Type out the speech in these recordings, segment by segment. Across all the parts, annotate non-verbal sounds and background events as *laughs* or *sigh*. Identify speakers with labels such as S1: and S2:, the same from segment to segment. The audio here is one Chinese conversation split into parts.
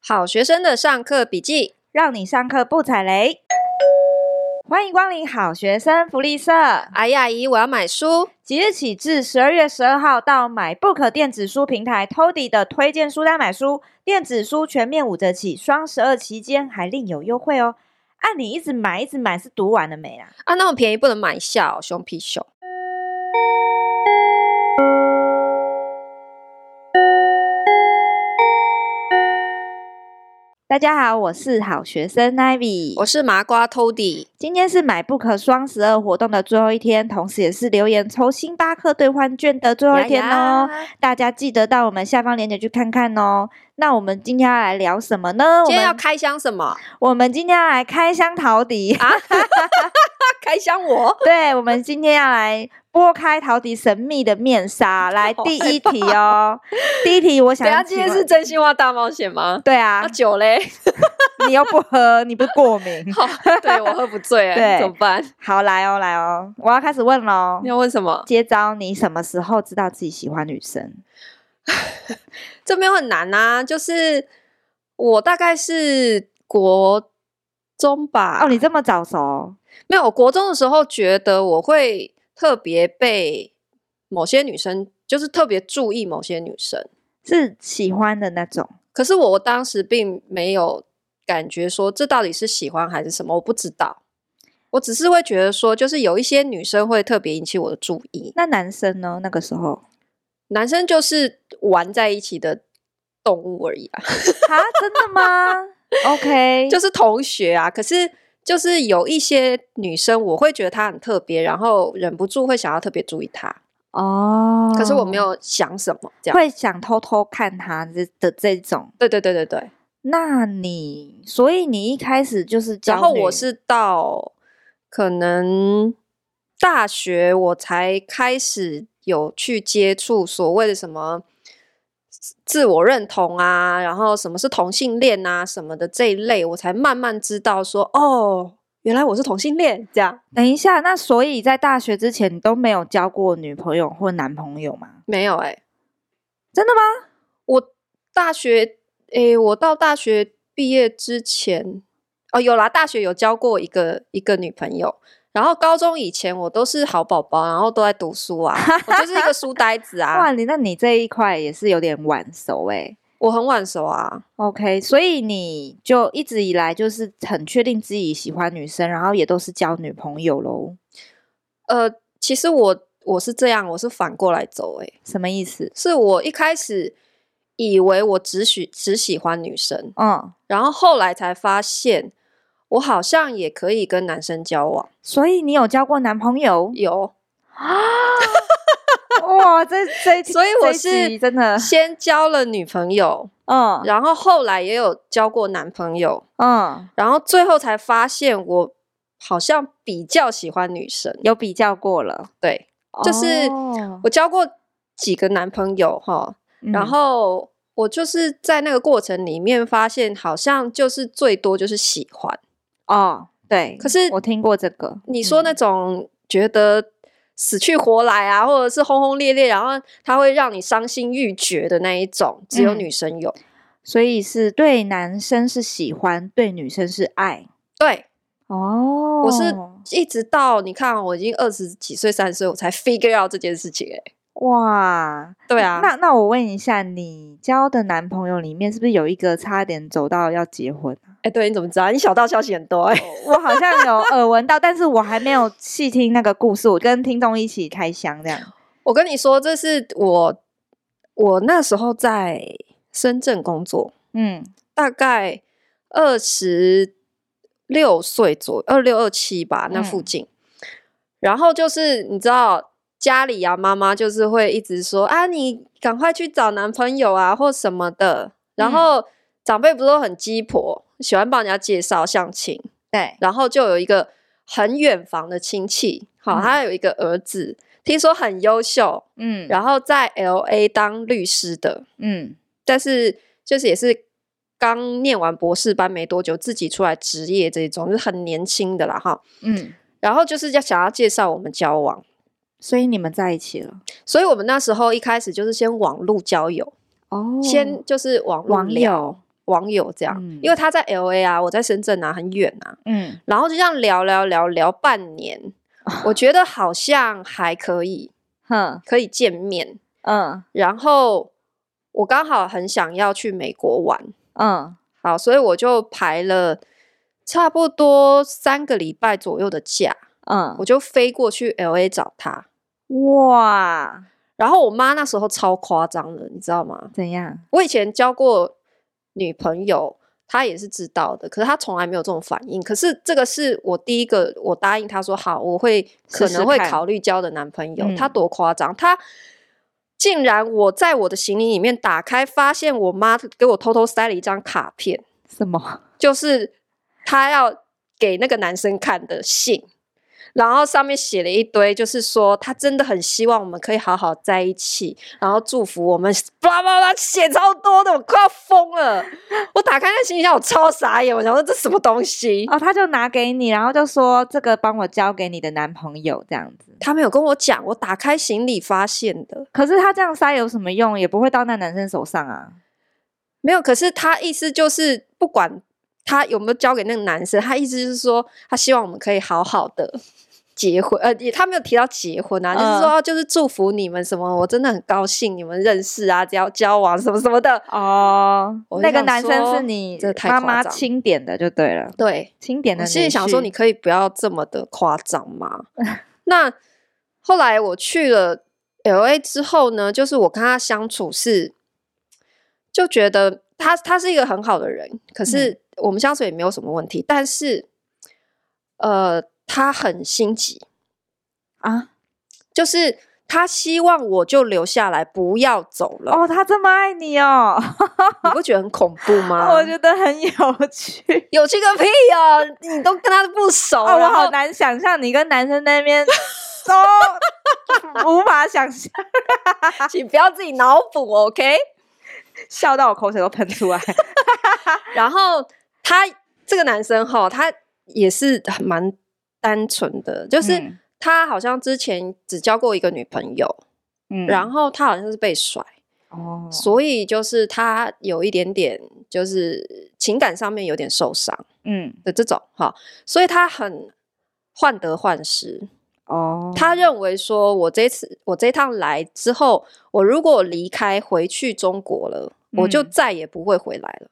S1: 好学生的上课笔记，
S2: 让你上课不踩雷。欢迎光临好学生福利社，
S1: 阿姨阿哎姨，我要买书。
S2: 即日起至十二月十二号到买 Book 电子书平台 Toddy 的推荐书单买书，电子书全面五折起，双十二期间还另有优惠哦。按、你一直买一直买是读完了没啦？
S1: 啊，那么便宜不能买下、哦，熊皮熊。
S2: 大家好，我是好学生 Navy，
S1: 我是麻瓜 Toddy，
S2: 今天是买 Book 双十二活动的最后一天，同时也是留言抽星巴克兑换券的最后一天哦。
S1: 呀呀
S2: 大家记得到我们下方链接去看看哦。那我们今天要来聊什么呢？我
S1: 今天要
S2: 们
S1: 开箱什么
S2: 我们今天要来开箱陶笛，
S1: 啊？开箱我
S2: *laughs* 对，我们今天要来拨开陶笛神秘的面纱。来，
S1: *laughs* 好
S2: 第
S1: 害
S2: 一题哦，第一题，我 *laughs* 想
S1: 等一下
S2: 要
S1: 今
S2: 请
S1: 天
S2: 问
S1: 是真心话大冒险吗？
S2: 对啊
S1: 啊，，酒嘞， *laughs*
S2: 你又不喝，你不是过敏？
S1: 好，对我喝不
S2: *laughs*
S1: 醉哎，
S2: 对
S1: 怎么办？
S2: 好，来哦，来哦，我要开始问喽
S1: 你。要问什么？
S2: 接招，你什么时候知道自己喜欢女生？
S1: 这没有很难啊，就是我大概是国中吧，
S2: 哦，你这么早熟，
S1: 没有，我国中的时候觉得我会特别被某些女生，就是特别注意某些女生。
S2: 是喜欢的那种。
S1: 可是我当时并没有感觉说这到底是喜欢还是什么，我不知道。我只是会觉得说，就是有一些女生会特别引起我的注意，
S2: 那男生呢？那个时候
S1: 男生就是玩在一起的动物而已啊，
S2: 啊，真的吗
S1: *laughs*
S2: ？OK，
S1: 就是同学啊。可是就是有一些女生，我会觉得她很特别，然后忍不住会想要特别注意她。
S2: 哦，
S1: 可是我没有想什么，这样。
S2: 会想偷偷看他这的这种。
S1: 对对对对对。
S2: 那你，所以你一开始就是焦
S1: 然
S2: 虑，
S1: 后我是到可能大学我才开始有去接触所谓的什么自自我认同啊，然后什么是同性恋啊什么的这一类，我才慢慢知道说哦，原来我是同性恋这样。
S2: 等一下，那所以在大学之前你都没有交过女朋友或男朋友吗？
S1: 没有哎、
S2: 真的吗？
S1: 我大学诶、我到大学毕业之前，哦，有啦，大学有交过一个一个女朋友。然后高中以前我都是好宝宝，然后都在读书
S2: *laughs*
S1: 啊，我就是一个书呆子啊，
S2: 哇，你那你这一块也是有点晚熟哎、
S1: 我很晚熟啊。
S2: OK，所以你就一直以来就是很确定自己喜欢女生，然后也都是交女朋友喽？
S1: 呃，其实我我是这样，我是反过来走、欸，
S2: 什么意思？
S1: 是我一开始以为我只喜只喜欢女生，
S2: 嗯，
S1: 然后后来才发现我好像也可以跟男生交往，？
S2: 所以你有交过男朋友
S1: 有。
S2: *laughs* 哇，这这一题，
S1: 所以我
S2: 这一
S1: 是
S2: 集真的，
S1: 先交了女朋友，
S2: 嗯
S1: 然后后来也有交过男朋友，
S2: 嗯，
S1: 然后最后才发现我好像比较喜欢女生。
S2: 有比较过了，
S1: 对就是
S2: 哦
S1: 我交过几个男朋友哈，然
S2: 嗯
S1: 后我就是在那个过程里面发现，好像就是最多就是喜欢。
S2: 哦，对，
S1: 可是
S2: 我听过这个，
S1: 你说那
S2: 嗯
S1: 种觉得死去活来啊，或者是轰轰烈烈，然后它会让你伤心欲绝的那一种，只有
S2: 嗯
S1: 女生有。
S2: 所以是对男生是喜欢，对女生是爱
S1: 对，
S2: 哦。
S1: 我是一直到你看，我已经二十几岁、三十岁，我才 figure out 这件事情、欸。哎，
S2: 哇，
S1: 对啊，
S2: 那那我问一下，你交的男朋友里面是不是有一个差点走到要结婚？啊
S1: 哎、对，你怎么知道？你小道消息很多、欸。
S2: *laughs*
S1: *laughs*
S2: 我好像有耳闻到，但是我还没有细听那个故事。我跟听众一起开箱这样。
S1: 我跟你说，这是我我那时候在深圳工作，
S2: 嗯，
S1: 大概二十六岁左右，二六二七吧，那附
S2: 嗯
S1: 近。然后就是你知道。家里啊，妈妈就是会一直说啊，你赶快去找男朋友啊，或什么的。然
S2: 嗯
S1: 后、长辈不是都很鸡婆，喜欢帮人家介绍相亲。
S2: 对，
S1: 然后就有一个很远房的亲戚，好、
S2: 嗯
S1: 他有一个儿子，听说很优秀，
S2: 嗯
S1: 然后在 L A 当律师的，
S2: 嗯
S1: 但是就是也是刚念完博士班没多久，自己出来职业这种，就是很年轻的啦哈。
S2: 嗯，
S1: 然后就是要想要介绍我们交往，
S2: 所以你们在一起了
S1: 所以我们那时候一开始就是先网路交友，
S2: 哦
S1: 先就是网路
S2: 网
S1: 聊
S2: 友，
S1: 网网友这样，
S2: 嗯
S1: 因为他在 L A 啊，我在深圳啊，很远啊，
S2: 嗯，
S1: 然后就这样聊聊聊聊半年，
S2: 啊
S1: 我觉得好像还可以，
S2: 哼，
S1: 可以见面。
S2: 嗯
S1: 然后我刚好很想要去美国玩，
S2: 嗯
S1: 好，所以我就排了差不多三个礼拜左右的假，
S2: 嗯，
S1: 我就飞过去 L A 找他。
S2: 哇，
S1: 然后我妈那时候超夸张的，你知道吗？
S2: 怎样？
S1: 我以前交过女朋友，她也是知道的，可是她从来没有这种反应。可是这个是我第一个，我答应她说好，我会可
S2: 试试
S1: 能会
S2: 看
S1: 考虑交的男朋友。
S2: 嗯
S1: 她多夸张，她竟然我在我的行李里面打开，发现我妈给我偷偷塞了一张卡片，
S2: 什么？
S1: 就是她要给那个男生看的信。然后上面写了一堆，就是说她真的很希望我们可以好好在一起，然后祝福我们， *laughs* 叭叭叭写超多的，我快要疯了。 *laughs* 我打开那行李箱，我超傻眼，我想说这什么东西？
S2: 哦，他就拿给你，然后就说这个帮我交给你的男朋友这样子。
S1: 他没有跟我讲，我打开行李发现的
S2: 可是他这样塞有什么用？也不会到那男生手上啊。
S1: 没有。可是他意思就是不管。他有没有交给那个男生？他意思就是说，他希望我们可以好好的结婚。呃，也他没有提到结婚啊，就是说，就是祝福你们什么，我真的很高兴你们认识啊，交交往什么什么的。
S2: 哦
S1: 我，就
S2: 那个
S1: 想
S2: 男生
S1: 说
S2: 是你
S1: 这太
S2: 妈
S1: 夸
S2: 妈
S1: 张
S2: 钦点的就对了，
S1: 对，
S2: 钦点的
S1: 我
S2: 女婿。
S1: 心里想说，你可以不要这么的夸张吗？ *laughs* 那后来我去了 L A 之后呢，就是我跟他相处是，就觉得他他是一个很好的人，可
S2: 嗯
S1: 是我们相处也没有什么问题，但是呃，他很心急，
S2: 啊，
S1: 就是他希望我就留下来，不要走了。
S2: 哦，他这么爱你哦，
S1: 你不觉得很恐
S2: *laughs*
S1: 怖吗？
S2: 我觉得很有趣。
S1: 有这个屁哦！你都跟他不熟，
S2: 哦，我
S1: 然后
S2: 好难想象你跟男生那 *laughs* 边都无法想象，
S1: 请不要自己脑补，OK？
S2: 笑到我口水都喷 *laughs* 出来。
S1: *laughs* 然后他这个男生哈，他也是蛮单纯的，就是
S2: 嗯
S1: 他好像之前只交过一个女朋友，
S2: 嗯
S1: 然后他好像是被甩，
S2: 哦，
S1: 所以就是他有一点点就是情感上面有点受伤
S2: 嗯，
S1: 的这种哈，所以他很患得患失。
S2: 哦，
S1: 他认为说，我这次我这趟来之后，我如果离开回去中国了，我就
S2: 嗯
S1: 再也不会回来了。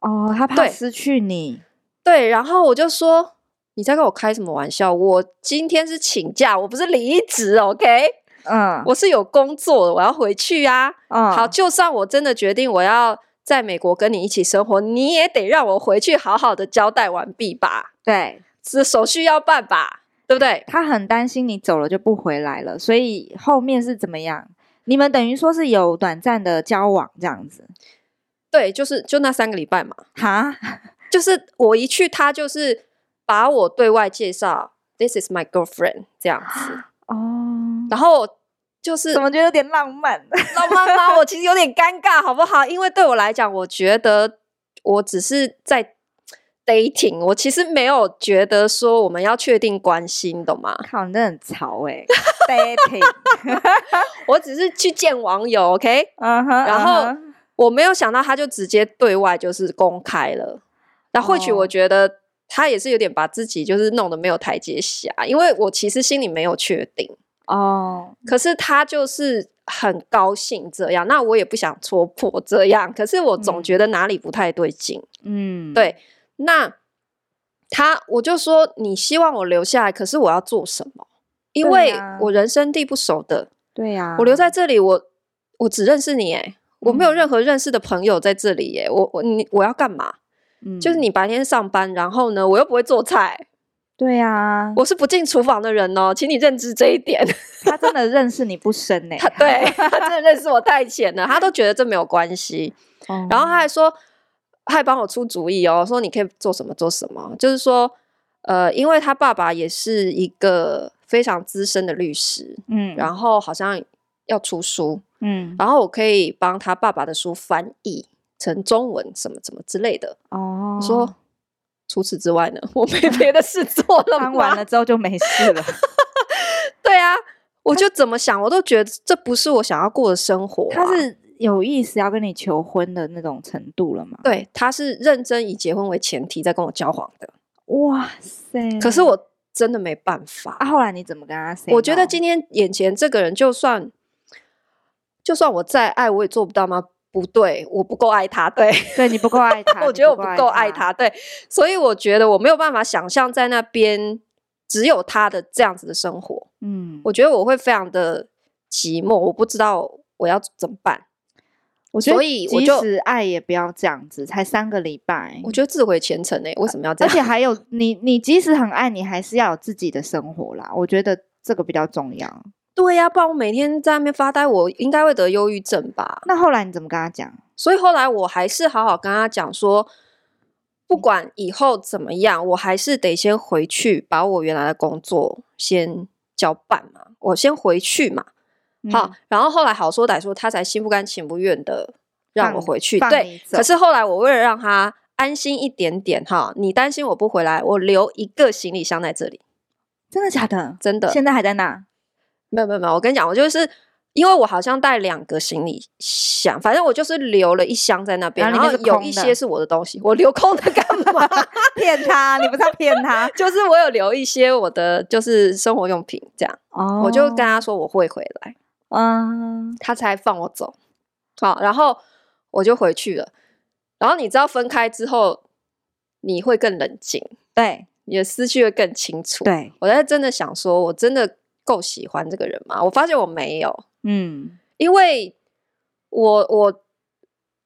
S2: 哦，他怕
S1: 对
S2: 失去你，
S1: 对，然后我就说你在跟我开什么玩笑？我今天是请假，我不是离职，OK？
S2: 嗯，
S1: 我是有工作的，我要回去啊。
S2: 嗯
S1: 好，就算我真的决定我要在美国跟你一起生活，你也得让我回去好好的交代完毕吧，
S2: 对。
S1: 这手续要办吧，对不对？
S2: 他很担心你走了就不回来了，所以后面是怎么样？你们等于说是有短暂的交往这样子，
S1: 对，就是就那三个礼拜嘛，
S2: 哈？
S1: 就是我一去，他就是把我对外介绍，This is my girlfriend 这样子，
S2: *laughs* 哦，
S1: 然后就是
S2: *laughs* 怎么觉得有点浪漫？ *laughs*
S1: *laughs* 老妈妈，我其实有点尴尬，好不好？因为对我来讲，我觉得我只是在 dating，我其实没有觉得说我们要确定关系，你懂吗？
S2: 靠，你真的很潮 *laughs* 哎、欸、，dating，
S1: 我只是去见网友，OK？
S2: 嗯哼，
S1: 然后
S2: 嗯哼
S1: 我没有想到他就直接对外就是公开了，那或许
S2: 哦
S1: 我觉得他也是有点把自己就是弄得没有台阶下，因为我其实心里没有确定，
S2: 哦，
S1: 可是他就是很高兴这样，那我也不想戳破这样，可是我总
S2: 嗯
S1: 觉得哪里不太对劲。
S2: 嗯，
S1: 对那他我就说你希望我留下来，可是我要做什么？因
S2: 对
S1: 为
S2: 呀
S1: 我人生地不熟的，
S2: 对呀、
S1: 我留在这里，我我只认识你，哎，我没有
S2: 嗯
S1: 任何认识的朋友在这里，耶，我我你我要干嘛？
S2: 嗯
S1: 就是，你白天上班，然后呢，我又不会做菜，
S2: 对呀、
S1: 我是不进厨房的人哦，请你认知这一点。 *laughs*
S2: 他真的认识你不深呢、
S1: 他对他真的认识我太浅了，他都觉得这没有关系。
S2: 哦
S1: 然后他还说，他还帮我出主意哦，说你可以做什么做什么，就是说，呃，因为他爸爸也是一个非常资深的律师，
S2: 嗯，
S1: 然后好像要出书，
S2: 嗯，
S1: 然后我可以帮他爸爸的书翻译成中文，什么什么之类的。
S2: 哦，
S1: 我说，除此之外呢， *laughs* 我没别的事做了
S2: 翻完
S1: 吗？
S2: 了之后就没
S1: *laughs*
S2: 事了。
S1: 对啊，我就怎么想，我都觉得这不是我想要过的生活啊、
S2: 他是有意思要跟你求婚的那种程度了吗？
S1: 对，他是认真以结婚为前提在跟我交往的，
S2: 哇塞！
S1: 可是我真的没办法。
S2: 啊，后来你怎么跟他 say？
S1: 我觉得
S2: no？
S1: 今天眼前这个人，就算就算我再爱，我也做不到吗？不对，我不够爱他。对，
S2: 对你不够爱他，
S1: *laughs* 我
S2: 你
S1: 觉得我不够
S2: 爱
S1: 爱。他。对，所以我觉得我没有办法想象在那边只有他的这样子的生活。
S2: 嗯，我
S1: 我觉得我会非常的寂寞，我不知道我要怎么办。
S2: 我觉得
S1: 所以我
S2: 即
S1: 就
S2: 使爱也不要这样子，才三个礼拜。
S1: 我觉得自毁前程欸呢、为什么要这
S2: 而
S1: 样？
S2: 且还有你，你即使很爱你，还是要有自己的生活啦。我觉得这个比较重要。
S1: 对呀、不然我每天在那边发呆，我应该会得忧郁症吧？
S2: 那后来你怎么跟他讲？
S1: 所以后来我还是好好跟他讲说，不
S2: 嗯
S1: 管以后怎么样，我还是得先回去把我原来的工作先交办嘛，我先回去嘛。好
S2: 嗯，，
S1: 然后后来好说歹说，他才心不甘情不愿的让我
S2: 放
S1: 回去。
S2: 放
S1: 对
S2: 你，走
S1: 可是后来我为了让他安心一点点哈，你担心我不回来，我留一个行李箱在这里，
S2: 真的假的？
S1: 真的。
S2: 现在还在那？
S1: 没有没有没有，我跟你讲，我就是因为我好像带两个行李箱，反正我就是留了一箱在那边，
S2: 然
S1: 然
S2: 后
S1: 后
S2: 里面是
S1: 有
S2: 空
S1: 一
S2: 的
S1: 些是我的东西，我留空的干嘛？ *laughs*
S2: 骗他？你不是要骗 *laughs* 他？
S1: 就是我有留一些我的就是生活用品，这样、
S2: 哦
S1: 我就跟他说我会回来，
S2: 嗯，
S1: 他才放我走。好，然后我就回去了。然后你知道分开之后，你会更冷静，
S2: 对
S1: 你的思绪会更清楚。
S2: 对，
S1: 我在真的想说，我真的够喜欢这个人吗？我发现我没有，
S2: 嗯
S1: 因为我我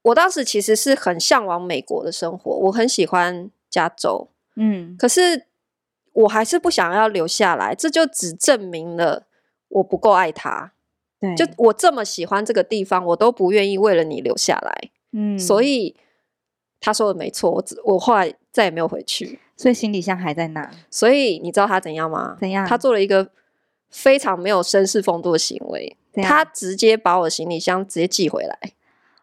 S1: 我当时其实是很向往美国的生活，我很喜欢加州，
S2: 嗯，
S1: 可是我还是不想要留下来，这就只证明了我不够爱他。
S2: 对，
S1: 就我这么喜欢这个地方，我都不愿意为了你留下来，
S2: 嗯，
S1: 所以他说的没错，我只我后来再也没有回去。
S2: 所以行李箱还在那，
S1: 所以你知道他怎样吗？
S2: 怎样
S1: 他做了一个非常没有绅士风度的行为，
S2: 怎样
S1: 他直接把我的行李箱直接寄回来。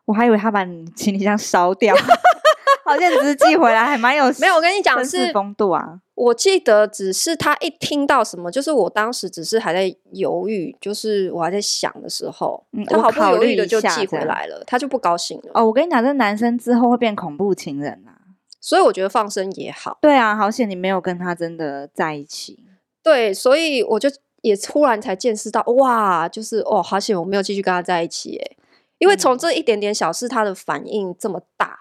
S2: 我还以为他把你行李箱
S1: *laughs*
S2: 烧掉，好像只是寄回来，还蛮有
S1: 没有，我跟你讲
S2: 绅士
S1: 是，
S2: 风度啊。
S1: 我记得只是他一听到什么，就是我当时只是还在犹豫，就是我还在想的时候，
S2: 嗯
S1: 他
S2: 我
S1: 毫不
S2: 考
S1: 犹
S2: 虑
S1: 豫的
S2: 一
S1: 就
S2: 下
S1: 寄
S2: 这
S1: 回
S2: 样
S1: 来了，他就不高兴了。
S2: 哦，我跟你讲，这男生之后会变恐怖情人啊。
S1: 所以我觉得放生也好，
S2: 对啊，好险你没有跟他真的在一起。
S1: 对，所以我就也突然才见识到，哇，就是哦，好险我没有继续跟他在一起，哎，因为从
S2: 嗯
S1: 这一点点小事，他的反应这么大，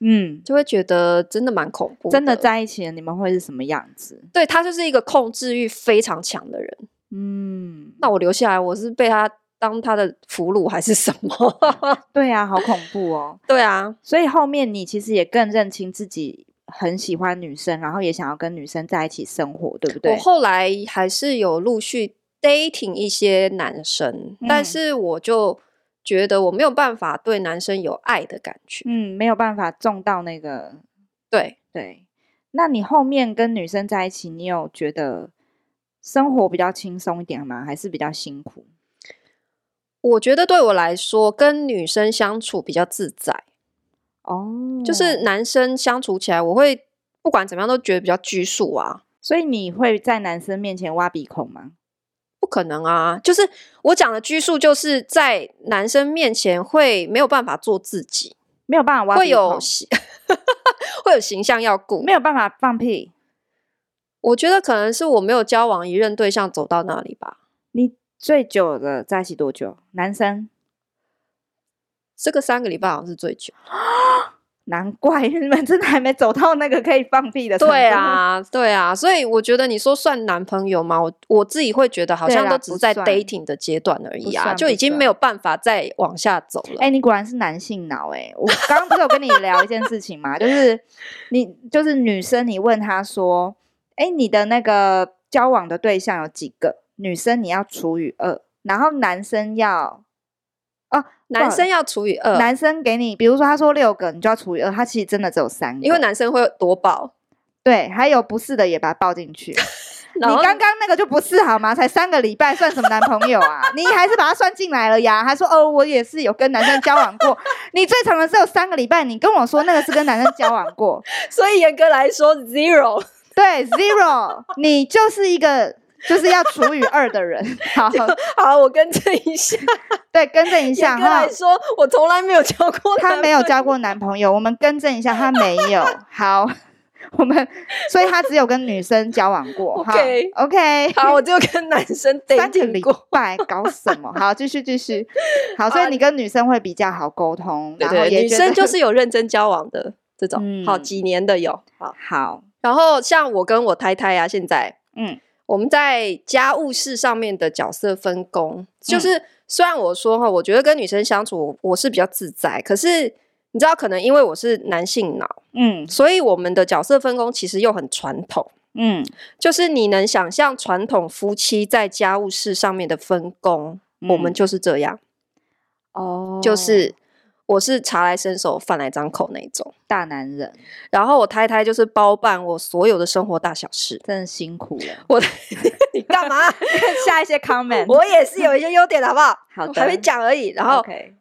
S2: 嗯，
S1: 就会觉得真的蛮恐怖，
S2: 真的。在一起了，你们会是什么样子？
S1: 对他就是一个控制欲非常强的人，
S2: 嗯，
S1: 那我留下来，我是被他当他的俘虏还是什么？ *laughs*
S2: 对啊，好恐怖哦。
S1: 对啊，
S2: 所以后面你其实也更认清自己很喜欢女生，然后也想要跟女生在一起生活，对不对
S1: 我？后来还是有陆续 dating 一些男生，但
S2: 嗯
S1: 是我就觉得我没有办法对男生有爱的感觉。
S2: 嗯，没有办法中到那个
S1: 对，
S2: 对。那你后面跟女生在一起，你有觉得生活比较轻松一点吗？还是比较辛苦？
S1: 我觉得对我来说，跟女生相处比较自在，
S2: 哦，
S1: 就是男生相处起来，我会不管怎么样都觉得比较拘束啊。
S2: 所以你会在男生面前挖鼻孔吗？
S1: 不可能啊！就是我讲的拘束，就是在男生面前会没有办法做自己，
S2: 没有办法挖鼻孔，
S1: 会有形 *laughs* 会有形象要顾
S2: 没。有办法放屁。
S1: 我觉得可能是我没有交往一任对象走到那里吧。
S2: 你最久的在一起多久？男生？
S1: 这个三个礼拜好像是最久。
S2: 难怪 *laughs* 你们真的还没走到那个可以放屁的程度。
S1: 对，啊， *laughs* 对啊，所以我觉得你说算男朋友吗？我我自己会觉得好
S2: 对
S1: 像
S2: 啦
S1: 都只
S2: 不
S1: 是在
S2: 算
S1: dating 的阶段而
S2: 不
S1: 已啊，
S2: 算
S1: 就
S2: 不
S1: 已经没
S2: 算
S1: 有办法再往下走了。
S2: 哎、你果然是男性脑哎、我刚刚不是有跟你聊一件事情嘛，就是你就是女生，你问她说，哎、你的那个交往的对象有几个？女生你要除以二，然后男生要。哦，
S1: 男生要除以二，
S2: 男生给你，比如说他说六个，你就要除以二，他其实真的只有三个，
S1: 因为男生会多报。
S2: 对，还有不是的也把它报进去。你
S1: 然后
S2: 刚刚那个就不是好吗？才三个礼拜，算什么男朋友
S1: *laughs*
S2: 啊？你还是把他算进来了呀？还说哦，我也是有跟男生交往过。你最长的只有三个礼拜，你跟我说那个是跟男生交往过， *laughs*
S1: 所以严格来说，zero *laughs*
S2: *laughs* 对，zero，你就是一个就是要除以二的人。 *laughs* 好，
S1: 好，我跟正一下，
S2: 对，更正一下
S1: 严格
S2: 哈
S1: 来，说，我从来没有交过
S2: 她
S1: 男
S2: 没有
S1: 朋友
S2: 交过男朋友，我们更正一下，她没有。好，我们所以她只有跟女生交往过。哈
S1: *laughs* OK
S2: OK，
S1: 好，我就跟男生
S2: 三个
S1: dating
S2: 礼
S1: 过。
S2: 拜搞什么？好，继续继续。好，所以你跟女生会比较好沟通，
S1: 对
S2: 然后
S1: 对，
S2: 也
S1: 女
S2: 觉
S1: 生
S2: 得
S1: 就是有认真交往的这种，好
S2: 嗯
S1: 几年的有好。
S2: 好，
S1: 然后像我跟我太太啊，现在
S2: 嗯
S1: 我们在家务事上面的角色分工，就是、虽然我说哈，我觉得跟女生相处我是比较自在，可是你知道，可能因为我是男性脑，
S2: 嗯
S1: 所以我们的角色分工其实又很传统。
S2: 嗯
S1: 就是你能想象传统夫妻在家务事上面的分工，我们
S2: 嗯
S1: 就是这样，
S2: 哦，
S1: 就是我是茶来伸手，饭来张口那一种。
S2: 大男人，
S1: 然后我太太就是包办我所有的生活大小事。
S2: 真的辛苦
S1: *laughs*
S2: 了。
S1: 我你干嘛？
S3: 下一些 comment。
S1: *laughs* 我也是有一些优点的，好不 *laughs* 好？
S3: 好
S1: 我
S3: 的
S1: 还没讲而已。然后，哎
S3: OK，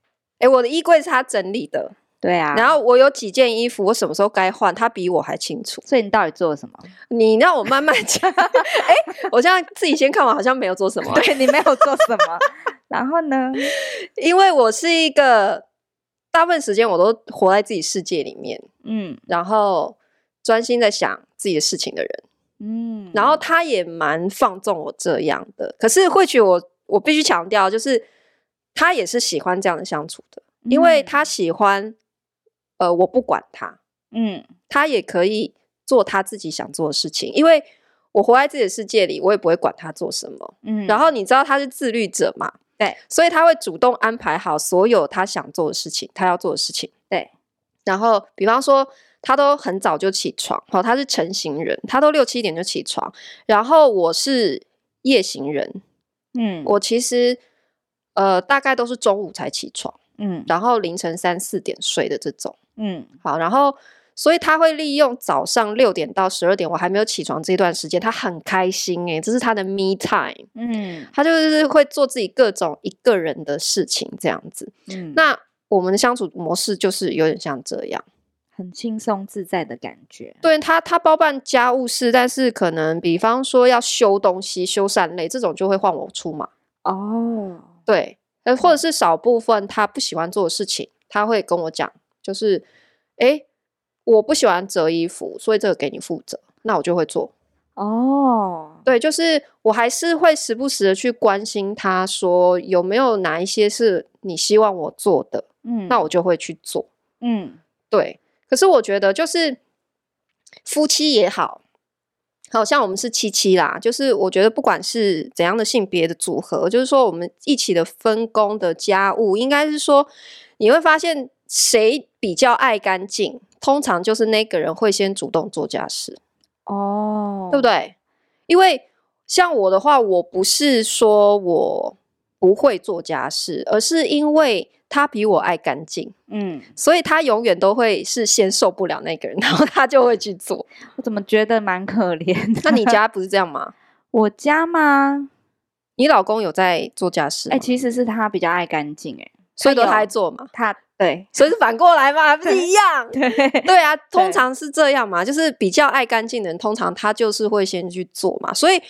S1: 我的衣柜是他整理的，
S2: 对啊，
S1: 然后我有几件衣服，我什么时候该换，他比我还清楚。
S2: 所以你到底做了什么？
S1: 你让我慢慢讲。 *laughs* 哎，我现在自己先看完，好像没有做什么。
S3: 对你没有做什
S2: *laughs*
S3: 么，然后呢？
S1: 因为我是一个大部分时间我都活在自己世界里面，
S2: 嗯
S1: 然后专心在想自己的事情的人。
S2: 嗯，
S1: *laughs* 然后他也蛮放纵我这样的，可是或许我我必须强调，就是他也是喜欢这样的相处的，因为
S2: 嗯
S1: 他喜欢，呃，我不管他，
S2: 嗯
S1: 他也可以做他自己想做的事情，因为我活在自己的世界里，我也不会管他做什么。
S2: 嗯，
S1: 然后你知道他是自律者嘛？
S2: 对，
S1: 所以他会主动安排好所有他想做的事情，他要做的事情。
S2: 对，
S1: 然后比方说他都很早就起床，哦，他是晨型人，他都六七点就起床。然后我是夜行人，
S2: 嗯
S1: 我其实呃大概都是中午才起床，
S2: 嗯
S1: 然后凌晨三四点睡的这种。
S2: 嗯
S1: 好，然后。所以他会利用早上六点到十二点我还没有起床这段时间，他很开心诶、欸这是他的 me time。
S2: 嗯
S1: 他就是会做自己各种一个人的事情这样子。
S2: 嗯，
S1: 那我们的相处模式就是有点像这样，
S2: 很轻松自在的感觉。
S1: 对他，他包办家务事，但是可能比方说要修东西、修缮类这种就会换我出嘛，
S2: 哦，
S1: 对，呃，或者是少部分他不喜欢做的事情，他会跟我讲，就是，诶，我不喜欢折衣服，所以这个给你负责，那我就会做。
S2: 哦，
S1: 对，就是我还是会时不时的去关心他，说有没有哪一些是你希望我做的，
S2: 嗯，
S1: 那我就会去做。
S2: 嗯
S1: 对，可是我觉得就是夫妻也好，好像我们是七七啦，就是我觉得不管是怎样的性别的组合，就是说我们一起的分工的家务，应该是说你会发现谁比较爱干净，通常就是那个人会先主动做家事。
S2: 哦，
S1: 对不？对？因为像我的话，我不是说我不会做家事，而是因为他比我爱干净，
S2: 嗯，
S1: 所以他永远都会是先受不了那个人，然 *laughs* 后他就会去做。
S2: 我怎么觉得蛮可怜的？
S1: 那你家不是这样吗？
S2: *laughs* 我家吗？
S1: 你老公有在做家事吗，
S2: 哎，其实是他比较爱干净，哎，
S1: 所以都
S2: 有
S1: 他在做嘛，
S2: 他对
S1: 所以是反过来嘛，还不是一样？
S2: *laughs* 对，
S1: 对啊，通
S2: 对
S1: 常是这样嘛，就是比较爱干净的人，通常他就是会先去做嘛。所以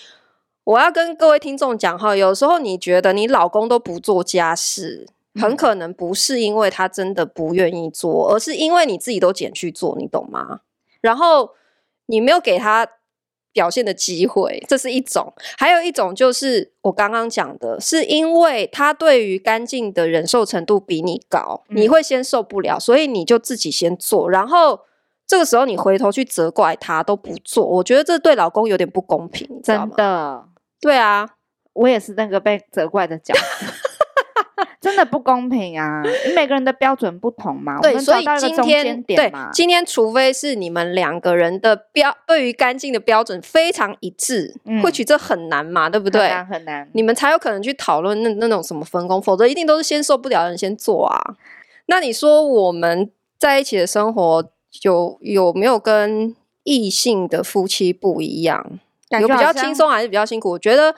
S1: 我要跟各位听众讲哈，有时候你觉得你老公都不做家事，很
S2: 嗯
S1: 可能不是因为他真的不愿意做，而是因为你自己都捡去做，你懂吗？然后你没有给他表现的机会，这是一种；还有一种就是我刚刚讲的，是因为他对于干净的忍受程度比你高，你
S2: 嗯
S1: 会先受不了，所以你就自己先做，然后。这个时候你回头去责怪他都不做，我觉得这对老公有点不公平，你知道
S2: 真
S1: 吗？
S2: 的，
S1: 对啊，
S2: 我也是那个被责怪的
S1: *laughs*
S2: 角色。真的不公平啊！每个人的标准不同嘛，我
S1: 对，
S2: 们
S1: 所
S2: 找
S1: 以
S2: 到一个
S1: 今
S2: 中间
S1: 天
S2: 点
S1: 对
S2: 嘛。
S1: 今天，除非是你们两个人的标对于干净的标准非常一致，
S2: 嗯
S1: 或许这很难嘛，对不
S2: 很
S1: 对？
S2: 难很难。
S1: 你们才有可能去讨论那那种什么分工，否则一定都是先受不了的人先做啊。那你说我们在一起的生活有有没有跟异性的夫妻不一样？
S2: 感
S1: 有
S2: 觉
S1: 比
S2: 好
S1: 较
S2: 像
S1: 轻松还是比较辛苦？我觉得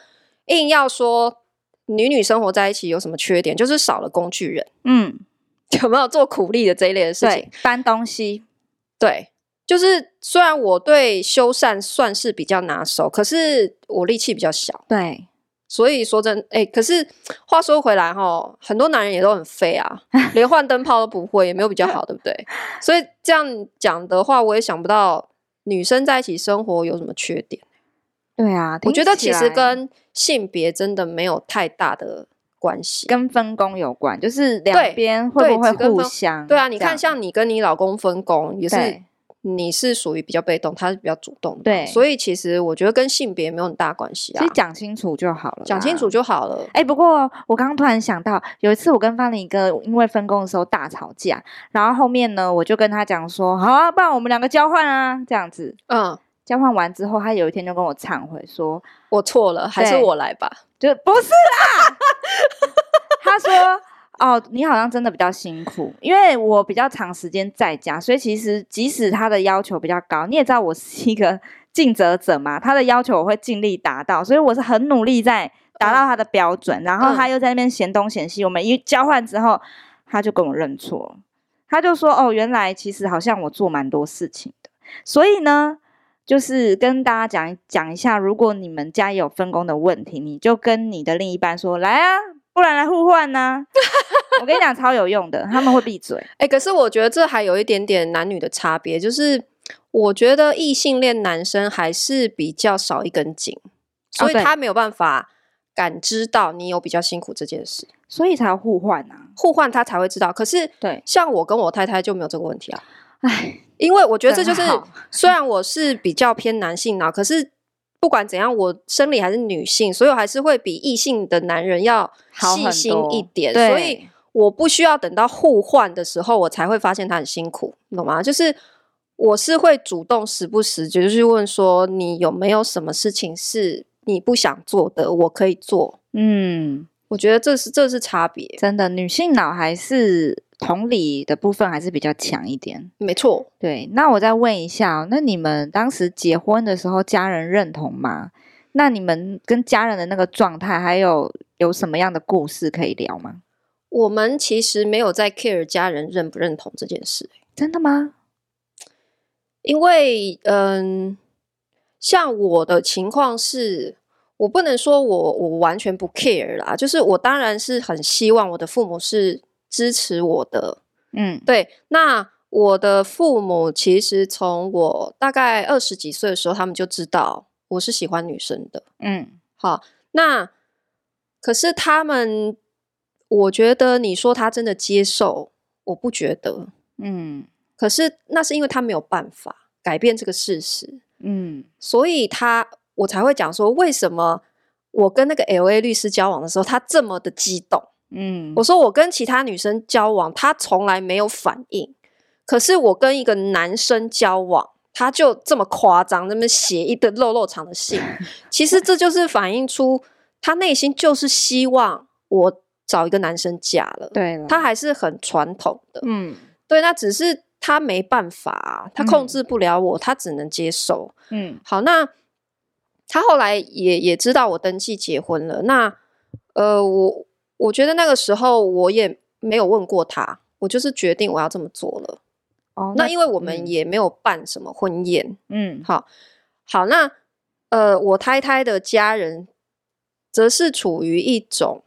S1: 硬要说女女生活在一起有什么缺点，就是少了工具人， *laughs*
S2: 嗯，
S1: 有没有做苦力的这一类的事情
S2: 对？，搬东西，
S1: 对，就是虽然我对修缮算是比较拿手，可是我力气比较小，
S2: 对，
S1: 所以说真哎、可是话说回来哈，很多男人也都很废
S2: *laughs*
S1: 啊，连换灯泡都不会，也没有比较好，对不对？所以这样讲的话，我也想不到女生在一起生活有什么缺点。
S2: 对啊，
S1: 我
S2: 听
S1: 觉得
S2: 起
S1: 其实
S2: 来
S1: 跟性别真的没有太大的关系。
S2: 跟分工有关，就是两
S1: 对
S2: 边会
S1: 对
S2: 不会
S1: 只跟
S2: 互
S1: 分
S2: 相？
S1: 对啊，你看
S2: 嗯这样
S1: 像你跟你老公分工也是
S2: 对，
S1: 你是属于比较被动，他是比较主动的嘛，
S2: 对
S1: 所以其实我觉得跟性别没有很大关系
S2: 其
S1: 啊
S2: 实，讲清楚就好了，
S1: 讲清楚。就好了。
S2: 哎、不过我刚刚突然想到，有一次我跟方林哥因为分工的时候大吵架，然后后面呢，我就跟他讲说，好啊，不然我们两个交换啊，这样子。
S1: 嗯，
S2: 交换完之后，他有一天就跟我忏悔说，
S1: 我错了，还是
S2: 对
S1: 我来吧。
S2: 就不是啦， *laughs* 他说。哦，你好像真的比较辛苦，因为我比较长时间在家，所以其实即使他的要求比较高，你也知道我是一个尽责者嘛，他的要求我会尽力达到，所以我是很努力在达到他的标准。然后他又在那边嫌东嫌西，我们一交换之后，他就跟我认错了，他就说：“哦，原来其实好像我做蛮多事情的。”所以呢，就是跟大家讲一讲一下，如果你们家有分工的问题，你就跟你的另一半说：“来啊，不然来互换呐、
S1: *laughs*
S2: 我跟你讲，超有用的，他们会闭嘴。
S1: 哎、可是我觉得这还有一点点男女的差别，就是我觉得异性恋男生还是比较少一根筋，所以
S2: 哦对
S1: 他没有办法感知到你有比较辛苦这件事，
S2: 所以才互换啊。
S1: 互换他才会知道。可是
S2: 对，
S1: 像我跟我太太就没有这个问题啊，
S2: 唉，
S1: 因为我觉得这
S2: 真
S1: 就是
S2: 好
S1: 虽然我是比较偏男性脑，可是不管怎样，我生理还是女性，所以我还是会比异性的男人要
S2: 好
S1: 细
S2: 很
S1: 心
S2: 多
S1: 一点，
S2: 对
S1: 所以我不需要等到互换的时候，我才会发现他很辛苦，你懂吗？就是我是会主动时不时就是去问说，你有没有什么事情是你不想做的，我可以做。
S2: 嗯，
S1: 我觉得这是这是差别，
S2: 真的，女性脑还是同理的部分还是比较强一点。
S1: 没错。
S2: 对，那我再问一下哦，那你们当时结婚的时候，家人认同吗？那你们跟家人的那个状态，还有有什么样的故事可以聊吗？
S1: 我们其实没有在 care 家人认不认同这件事，
S2: 真的吗？
S1: 因为嗯，像我的情况是，我不能说我我完全不 care 啦，就是我当然是很希望我的父母是支持我的。
S2: 嗯，
S1: 对，那我的父母其实从我大概二十几岁的时候，他们就知道我是喜欢女生的。
S2: 嗯，
S1: 好，那可是他们，我觉得你说他真的接受，我不觉得。
S2: 嗯，
S1: 可是那是因为他没有办法改变这个事实，
S2: 嗯，
S1: 所以他我才会讲说，为什么我跟那个 L A 律师交往的时候，他这么的激动。
S2: 嗯，
S1: 我说我跟其他女生交往，他从来没有反应，可是我跟一个男生交往，他就这么夸张，那么写一堆肉肉长的
S2: *laughs*
S1: 信，其实这就是反映出他内心就是希望我找一个男生嫁了，
S2: 对了，
S1: 他还是很传统的，
S2: 嗯
S1: 对，那只是他没办法啊、他控
S2: 嗯
S1: 制不了我，他只能接受。
S2: 嗯
S1: 好，那他后来也也知道我登记结婚了。那呃，我我觉得那个时候我也没有问过他，我就是决定我要这么做了。
S2: 哦，
S1: 那因为我们
S2: 嗯
S1: 也没有办什么婚宴，
S2: 嗯
S1: 好，好，那呃，我太太的家人则是处于一种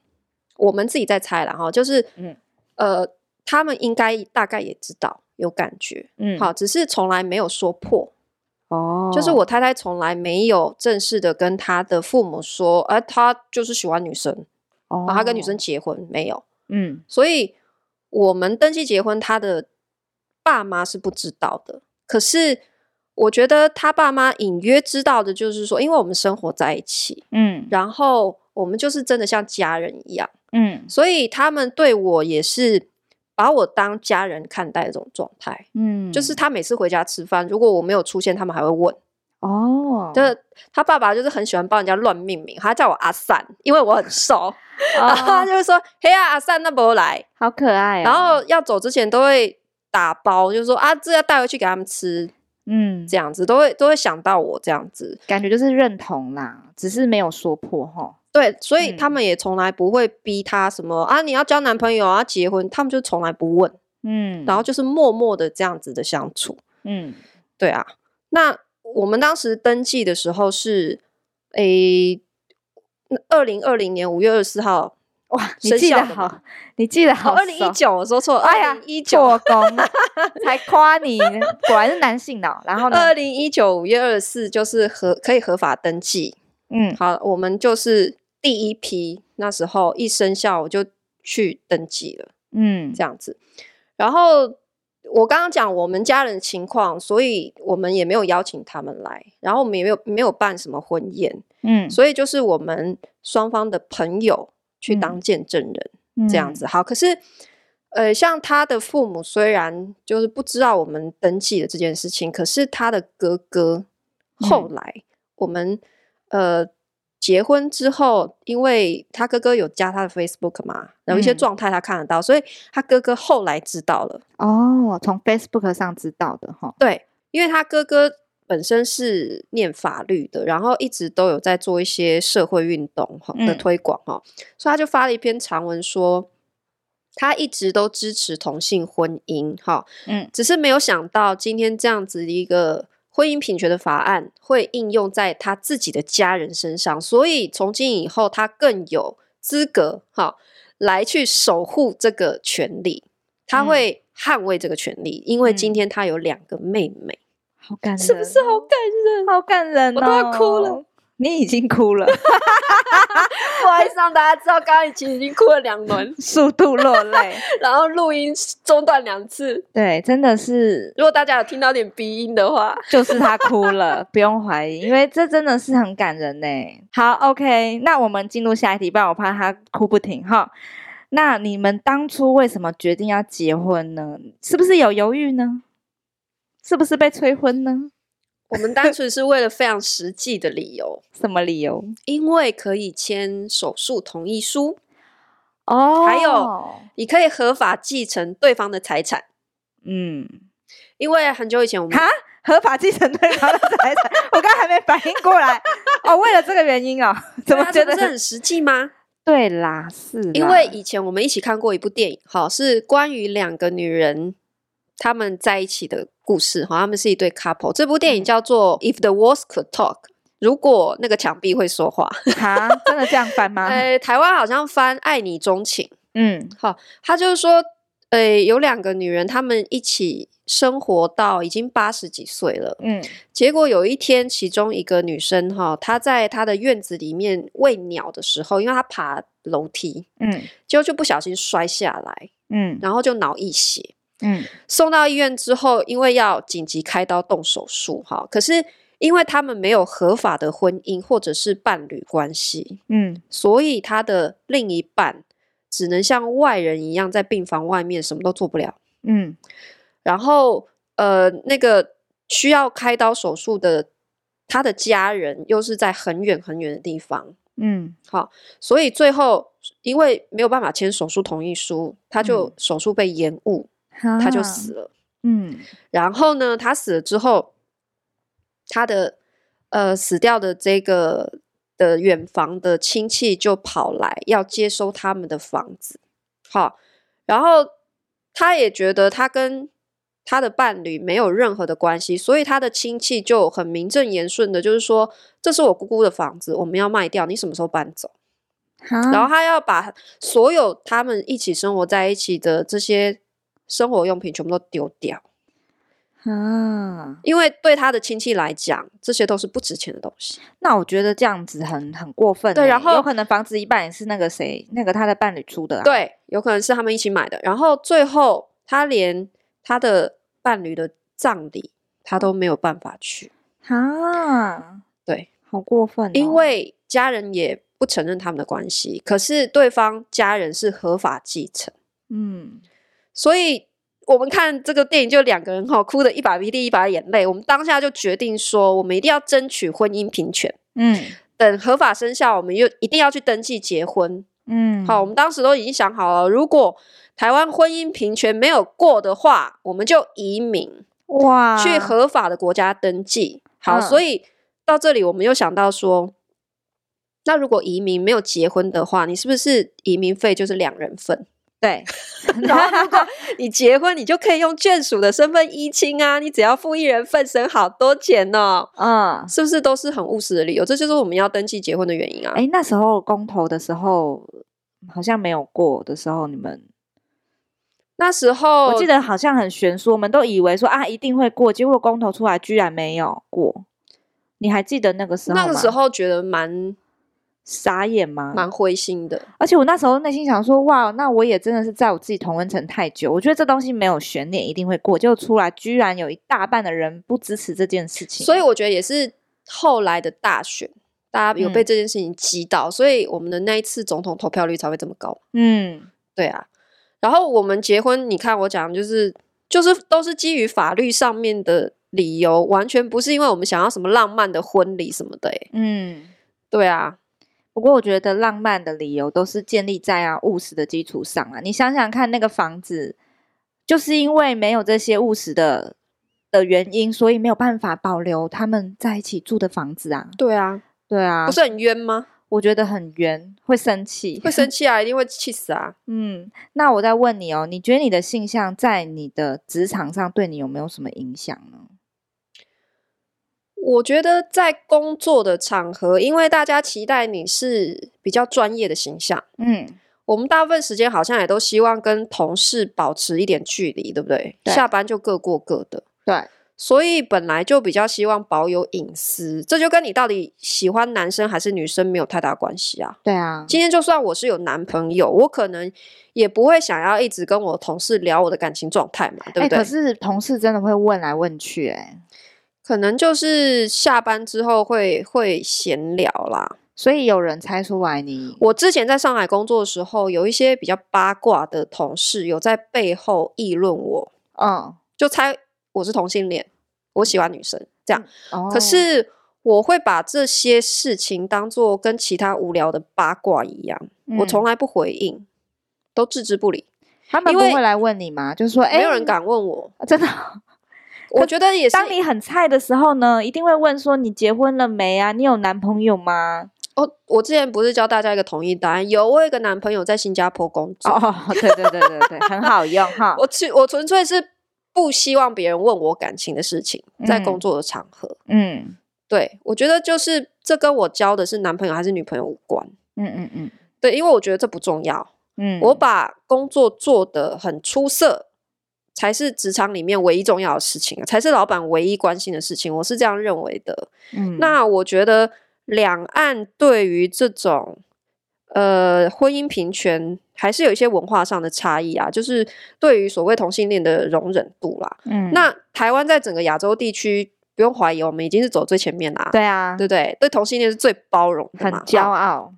S1: 我们自己在猜了哈，就是
S2: 嗯
S1: 呃，他们应该大概也知道有感觉，
S2: 嗯
S1: 好，只是从来没有说破。
S2: 哦，
S1: 就是我太太从来没有正式的跟她的父母说，哎、她就是喜欢女生，
S2: 哦，
S1: 然后她跟女生结婚没有，
S2: 嗯
S1: 所以我们登记结婚，她的爸妈是不知道的。可是我觉得她爸妈隐约知道的，就是说，因为我们生活在一起，
S2: 嗯
S1: 然后我们就是真的像家人一样，
S2: 嗯
S1: 所以他们对我也是把我当家人看待的这种状态。
S2: 嗯，
S1: 就是他每次回家吃饭，如果我没有出现，他们还会问。
S2: 哦，
S1: 就是他爸爸就是很喜欢帮人家乱命名，他叫我阿善，因为我很
S2: *laughs*
S1: 瘦，然后他
S2: 哦
S1: 就会说：“嘿呀、啊，阿善那不来。
S2: 好可爱
S1: *laughs*
S2: 哦，
S1: 然后要走之前都会打包，就说：“啊，这要带回去给他们吃。”
S2: 嗯，
S1: 这样子都会都会想到我这样子，
S2: 感觉就是认同啦，只是没有说破哈。
S1: 对，所以
S2: 嗯
S1: 他们也从来不会逼他什么、啊，你要交男朋友啊，结婚，他们就从来不问，
S2: 嗯，
S1: 然后就是默默的这样子的相处。
S2: 嗯
S1: 对啊，那我们当时登记的时候是，诶，二零二零年五月二十四号，
S2: 哇，你
S1: 生
S2: 记得
S1: 效的嘛哦
S2: 好，你记得好熟，
S1: 二零一九，我说错，
S2: 哎呀
S1: 二零一九，
S2: 做工 *laughs* 才夸你，果然是男性脑。然后呢，
S1: 二零一九五月二十四就是合可以合法登记。
S2: 嗯，
S1: 好，我们就是第一批，那时候一生效我就去登记了。
S2: 嗯
S1: 这样子。然后我刚刚讲我们家人情况，所以我们也没有邀请他们来，然后我们也没有没有办什么婚宴，
S2: 嗯，
S1: 所以就是我们双方的朋友去
S2: 嗯
S1: 当见证人、这样子。好，可是呃，像他的父母虽然就是不知道我们登记的这件事情，可是他的哥哥后来我们、呃。结婚之后，因为他哥哥有加他的 Facebook 嘛，然后一些
S2: 嗯
S1: 状态他看得到，所以他哥哥后来知道了。
S2: 嗯。哦，从 Facebook 上知道的哈。
S1: 对，因为他哥哥本身是念法律的，然后一直都有在做一些社会运动哈的
S2: 嗯
S1: 推广哈、所以他就发了一篇长文说，他一直都支持同性婚姻哈，
S2: 嗯
S1: 只是没有想到今天这样子的一个。婚姻平权的法案会应用在他自己的家人身上，所以从今以后他更有资格哈来去守护这个权利。他
S2: 嗯
S1: 会捍卫这个权利，因为今
S2: 嗯
S1: 天他有两个妹妹，
S2: 好感人，哦
S1: 是不是好感人？
S2: 好感人、嗯哦？
S1: 我都要哭了。
S2: 你已经哭了，，
S1: 不好意思，让大家知道，刚刚其实已经哭了两轮
S2: 速度落泪。
S1: 然后录音中断两次。
S2: *laughs* 对，真的是，
S1: 如果大家有听到点鼻音的话，
S2: 就是他哭了，不用怀疑，因为这真的是很感人呢。好，OK，那我们进入下一题，不然我怕他哭不停哈。那你们当初为什么决定要结婚呢？是不是有犹豫呢？是不是被催婚呢？
S1: 我们单纯是为了非常实际的理由，
S2: 什么理由？
S1: 因为可以签手术同意书，
S2: 哦
S1: 还有，你可以合法继承对方的财产。
S2: 嗯，
S1: 因为很久以前我们
S2: 哈，合法继承对方的财产，我刚还没反应
S1: *laughs*
S2: 过来。哦，为了这个原因哦， *laughs* 怎么
S1: 对啊
S2: 觉
S1: 这
S2: 得啊
S1: 不是很实际
S2: *laughs*
S1: 吗？
S2: 对啦？是啦
S1: 因为以前我们一起看过一部电影，哈，是关于两个女人她们在一起的故事，哈，她们是一对 couple。这部电
S2: 嗯
S1: 影叫做《If the Walls Could Talk》，如果那个墙壁会说话。
S2: 哈，真的这样翻
S1: *laughs*
S2: 吗？
S1: 呃，台湾好像翻《爱你钟情》，
S2: 嗯
S1: 哈，他就是说，呃，有两个女人，她们一起生活到已经八十几岁了，
S2: 嗯
S1: 结果有一天，其中一个女生哈，她在她的院子里面喂鸟的时候，因为她爬楼梯，
S2: 嗯
S1: 结果就不小心摔下来，
S2: 嗯
S1: 然后就脑溢血，
S2: 嗯
S1: 送到医院之后，因为要紧急开刀动手术哈，可是因为他们没有合法的婚姻或者是伴侣关系，
S2: 嗯，
S1: 所以他的另一半只能像外人一样在病房外面什么都做不了。
S2: 嗯
S1: 然后呃，那个需要开刀手术的他的家人又是在很远很远的地方，
S2: 嗯
S1: 所以最后因为没有办法签手术同意书，他就
S2: 嗯
S1: 手术被延误，
S2: 嗯，
S1: 他就
S2: 啊。
S1: 死了。
S2: 嗯
S1: 然后呢，他死了之后，他的呃死掉的这个的远房的亲戚就跑来要接收他们的房子，好，然后他也觉得他跟他的伴侣没有任何的关系，所以他的亲戚就很名正言顺的，就是说这是我姑姑的房子，我们要卖掉，你什么时候搬走？然
S2: 然
S1: 后他要把所有他们一起生活在一起的这些生活用品全部都丢掉。
S2: 啊，
S1: 因为对他的亲戚来讲，这些都是不值钱的东西。
S2: 那我觉得这样子很很过分欸。
S1: 对然后
S2: 有可能房子一半也是那个谁，那个他的伴侣出的啊。
S1: 对，有可能是他们一起买的。然后最后，他连他的伴侣的葬礼，他都没有办法去，
S2: 啊，
S1: 对，
S2: 好过分哦。
S1: 因为家人也不承认他们的关系。可是对方家人是合法继承，
S2: 嗯，
S1: 所以我们看这个电影，就两个人哈，哭的一把鼻涕一把眼泪。我们当下就决定说，我们一定要争取婚姻平权。
S2: 嗯
S1: 等合法生效，我们又一定要去登记结婚，
S2: 嗯，
S1: 好，我们当时都已经想好了，如果台湾婚姻平权没有过的话，我们就移民
S2: 哇，
S1: 去合法的国家登记。好，
S2: 啊嗯
S1: 所以到这里我们又想到说，那如果移民没有结婚的话，你是不是移民费就是两人份？ *laughs*
S3: 对，
S1: 然后如果 *laughs* 你结婚，你就可以用眷属的身份依亲啊，你只要付一人份省好多钱哦，
S3: 嗯，
S1: 是不是都是很务实的理由？这就是我们要登记结婚的原因啊。
S2: 哎，那时候公投的时候好像没有过的时候，你们
S1: 那时候
S2: 我记得好像很悬殊，我们都以为说啊一定会过，结果公投出来居然没有过。你还记得那个时候吗？
S1: 那个时候觉得蛮
S2: 傻眼吗？
S1: 蛮灰心的，
S2: 而且我那时候内心想说，哇，那我也真的是在我自己同温层太久，我觉得这东西没有悬念，一定会过。就出来，居然有一大半的人不支持这件事情，
S1: 所以我觉得也是后来的大选，大家有被这件事情击倒，所以我们的那一次总统投票率才会这么高。
S2: 嗯，
S1: 对啊，然后我们结婚，你看我讲就是就是都是基于法律上面的理由，完全不是因为我们想要什么浪漫的婚礼什么的、欸。
S2: 嗯。
S1: 对啊，
S2: 不过我觉得浪漫的理由都是建立在啊务实的基础上啊。你想想看，那个房子就是因为没有这些务实的的原因，所以没有办法保留他们在一起住的房子啊。
S1: 对啊，
S2: 对啊
S1: 不，是很冤 *laughs* 吗？
S2: 我觉得很冤，会生气，
S1: 会生气啊，一定会气死啊！
S2: 嗯，那我再问你哦，你觉得你的性向在你的职场上对你有没有什么影响呢？
S1: 我觉得在工作的场合，因为大家期待你是比较专业的形象，
S2: 嗯，
S1: 我们大部分时间好像也都希望跟同事保持一点距离，对不对？
S2: 对
S1: 下班就各过各的，
S2: 对，
S1: 所以本来就比较希望保有隐私，这就跟你到底喜欢男生还是女生没有太大关系啊。
S2: 对啊，
S1: 今天就算我是有男朋友，我可能也不会想要一直跟我同事聊我的感情状态嘛，对
S2: 哎、
S1: 不对？
S2: 可是同事真的会问来问去、哎，
S1: 可能就是下班之后会会闲聊啦。
S2: 所以有人猜出来你，
S1: 我之前在上海工作的时候，有一些比较八卦的同事有在背后议论我，
S2: 嗯，
S1: 就猜我是同性恋，我喜欢女生这样。
S2: 哦
S1: 可是我会把这些事情当做跟其他无聊的八卦一样，我从
S2: 嗯
S1: 来不回应，都置之不理，
S2: 他们
S1: 因
S2: 不
S1: 为
S2: 会来问你吗？就是说，哎、
S1: 没有人敢问我。
S2: 啊，真的。
S1: 我觉得也是，
S2: 当你很菜的时候呢，一定会问说你结婚了没啊？你有男朋友吗？
S1: 哦，我之前不是教大家一个统一答案，有我有一个男朋友在新加坡工作，
S2: 哦，对对对对对，很好用哈。
S1: 我去，我纯粹是不希望别人问我感情的事情，在工
S2: 嗯
S1: 作的场合。
S2: 嗯
S1: 对我觉得就是这跟我交的是男朋友还是女朋友无关。
S2: 嗯嗯嗯
S1: 对，因为我觉得这不重要，
S2: 嗯，
S1: 我把工作做得很出色，才是职场里面唯一重要的事情，啊才是老板唯一关心的事情，我是这样认为的。
S2: 嗯
S1: 那我觉得两岸对于这种呃婚姻平权还是有一些文化上的差异啊，就是对于所谓同性恋的容忍度啦。
S2: 嗯
S1: 那台湾在整个亚洲地区，不用怀疑，我们已经是走最前面啦、
S2: 对啊，
S1: 对不对？对同性恋是最包容的
S2: 很
S1: 嘛，
S2: 骄
S1: 哦
S2: 傲。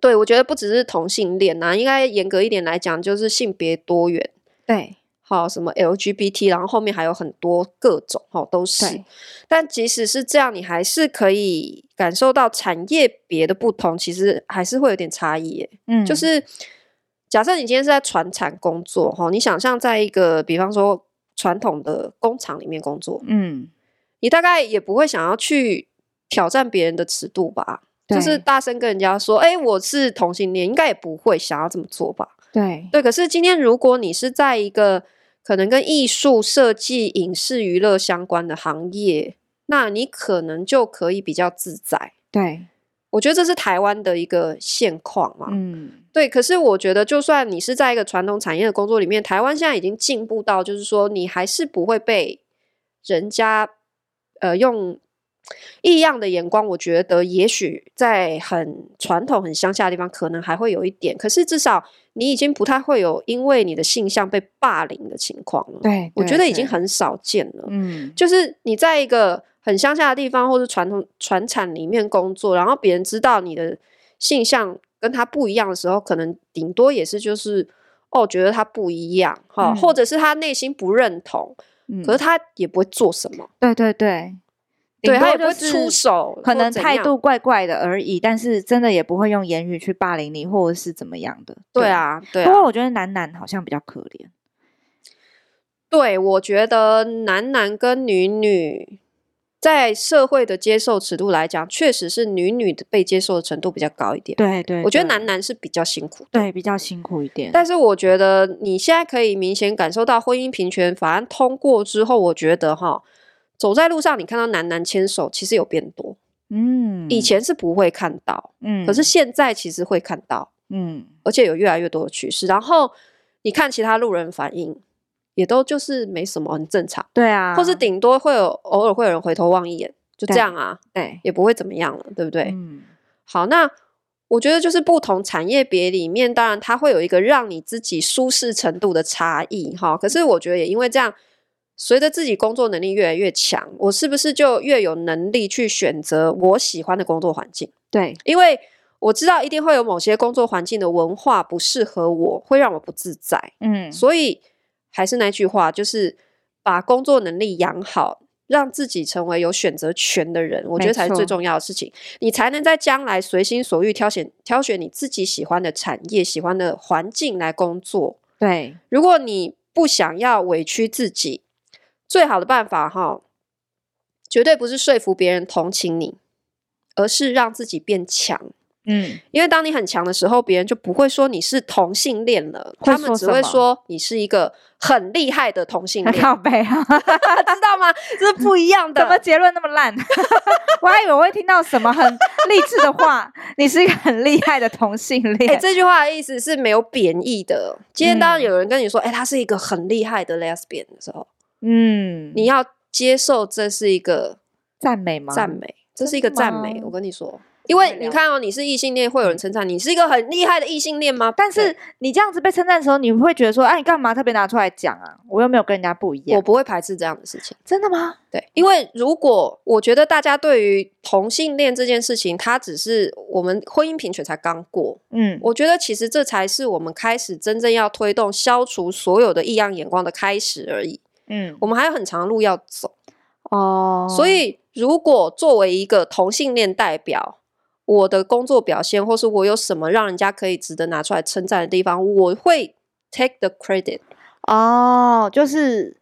S1: 对，我觉得不只是同性恋呐、啊应该严格一点来讲，就是性别多元。
S2: 对
S1: 好，什么 LGBT，然后后面还有很多各种哦，都是
S2: 对。
S1: 但即使是这样，你还是可以感受到产业别的不同，其实还是会有点差异耶。
S2: 嗯，
S1: 就是假设你今天是在船产工作哈，你想象在一个比方说传统的工厂里面工作，
S2: 嗯，
S1: 你大概也不会想要去挑战别人的尺度吧？就是
S2: 对
S1: 大声跟人家说：“哎、我是同性恋。”应该也不会想要这么做吧？
S2: 对
S1: 对，可是今天如果你是在一个可能跟艺术、设计、影视、娱乐相关的行业，那你可能就可以比较自在。
S2: 对，
S1: 我觉得这是台湾的一个现况嘛。
S2: 嗯
S1: 对，可是我觉得，就算你是在一个传统产业的工作里面，台湾现在已经进步到，就是说你还是不会被人家呃用异样的眼光。我觉得，也许在很传统、很乡下的地方，可能还会有一点，可是至少你已经不太会有因为你的性向被霸凌的情况了。
S2: 对，
S1: 我觉
S2: 对
S1: 得已经
S2: 对
S1: 很少见了。
S2: 嗯
S1: 就是你在一个很乡下的地方，或是传统传产里面工作，然后别人知道你的性向跟他不一样的时候，可能顶多也是就是哦，觉得他不一样哈，
S2: 嗯
S1: 或者是他内心不认同，
S2: 嗯，
S1: 可是他也不会做什么，
S2: 对对对，
S1: 对
S2: 顶
S1: 他
S2: 多
S1: 也不会
S2: 就是
S1: 出手，
S2: 可能
S1: 或怎
S2: 态
S1: 样
S2: 度怪怪的而已，但是真的也不会用言语去霸凌你或者是怎么样的。
S1: 对，啊，对
S2: 不
S1: 啊
S2: 过我觉得男男好像比较可怜。
S1: 对，我觉得男男跟女女在社会的接受尺度来讲，确实是女女的被接受的程度比较高一点。
S2: 对对，
S1: 我觉得
S2: 对
S1: 男男是比较辛苦的。
S2: 对比较辛苦一点，
S1: 但是我觉得你现在可以明显感受到婚姻平权法案通过之后，我觉得哈，走在路上你看到男男牵手，其实有变多，
S2: 嗯，
S1: 以前是不会看到，
S2: 嗯，
S1: 可是现在其实会看到，
S2: 嗯
S1: 而且有越来越多的趋势。然后你看其他路人反应，也都就是没什么，很正常，
S2: 对啊，
S1: 或是顶多会有偶尔会有人回头望一眼，就这
S2: 对
S1: 样啊，
S2: 对，
S1: 也不会怎么样了，对不对？
S2: 嗯
S1: 好，那我觉得就是不同产业别里面，当然它会有一个让你自己舒适程度的差异哈。可是我觉得也因为这样，随着自己工作能力越来越强，我是不是就越有能力去选择我喜欢的工作环境？
S2: 对，
S1: 因为我知道一定会有某些工作环境的文化不适合我，会让我不自在。
S2: 嗯
S1: 所以还是那句话，就是把工作能力养好，让自己成为有选择权的人，我觉
S2: 没
S1: 得才是最
S2: 错
S1: 重要的事情。你才能在将来随心所欲挑选挑选你自己喜欢的产业、喜欢的环境来工作。
S2: 对，
S1: 如果你不想要委屈自己，最好的办法哈，绝对不是说服别人同情你，而是让自己变强。
S2: 嗯
S1: 因为当你很强的时候，别人就不会说你是同性恋了，
S2: 会
S1: 他们
S2: 说
S1: 只
S2: 什
S1: 会
S2: 么
S1: 说你是一个很厉害的同性恋，
S2: *laughs* 靠背啊，
S1: 嗯 *laughs* 知道吗？这是不一样
S2: *laughs* 怎么
S1: 的。
S2: 结论那么烂？我还以为我会听到什么很励志的话，你是一个很厉害的同性
S1: 哎、
S2: 恋，
S1: 这句话的意思是没有贬义的。今天当然
S2: 嗯
S1: 有人跟你说，哎、他是一个很厉害的 lesbian 的时候，
S2: 嗯，
S1: 你要接受这是一个
S2: 赞美吗？
S1: 赞美，这是一个
S2: 真的
S1: 赞
S2: 吗
S1: 美。我跟你说，因为你
S2: 了嗯
S1: 看哦，你是异性恋，会有人称赞你是一个很厉害的异性恋吗？
S2: 但是你这样子被称赞的时候，你会觉得说，哎、你干嘛特别拿出来讲啊？我又没有跟人家不一
S1: 我
S2: 样。
S1: 不会排斥这样的事情。
S2: 真的吗？
S1: 对，因为如果我觉得大家对于同性恋这件事情，它只是我们婚姻平权才刚过，
S2: 嗯，
S1: 我觉得其实这才是我们开始真正要推动消除所有的异样眼光的开始而已。
S2: 嗯，
S1: 我们还有很长的路要走，
S2: 哦，
S1: 所以如果作为一个同性恋代表，我的工作表现或是我有什么让人家可以值得拿出来称赞的地方，我会 take the credit。
S2: 哦，就是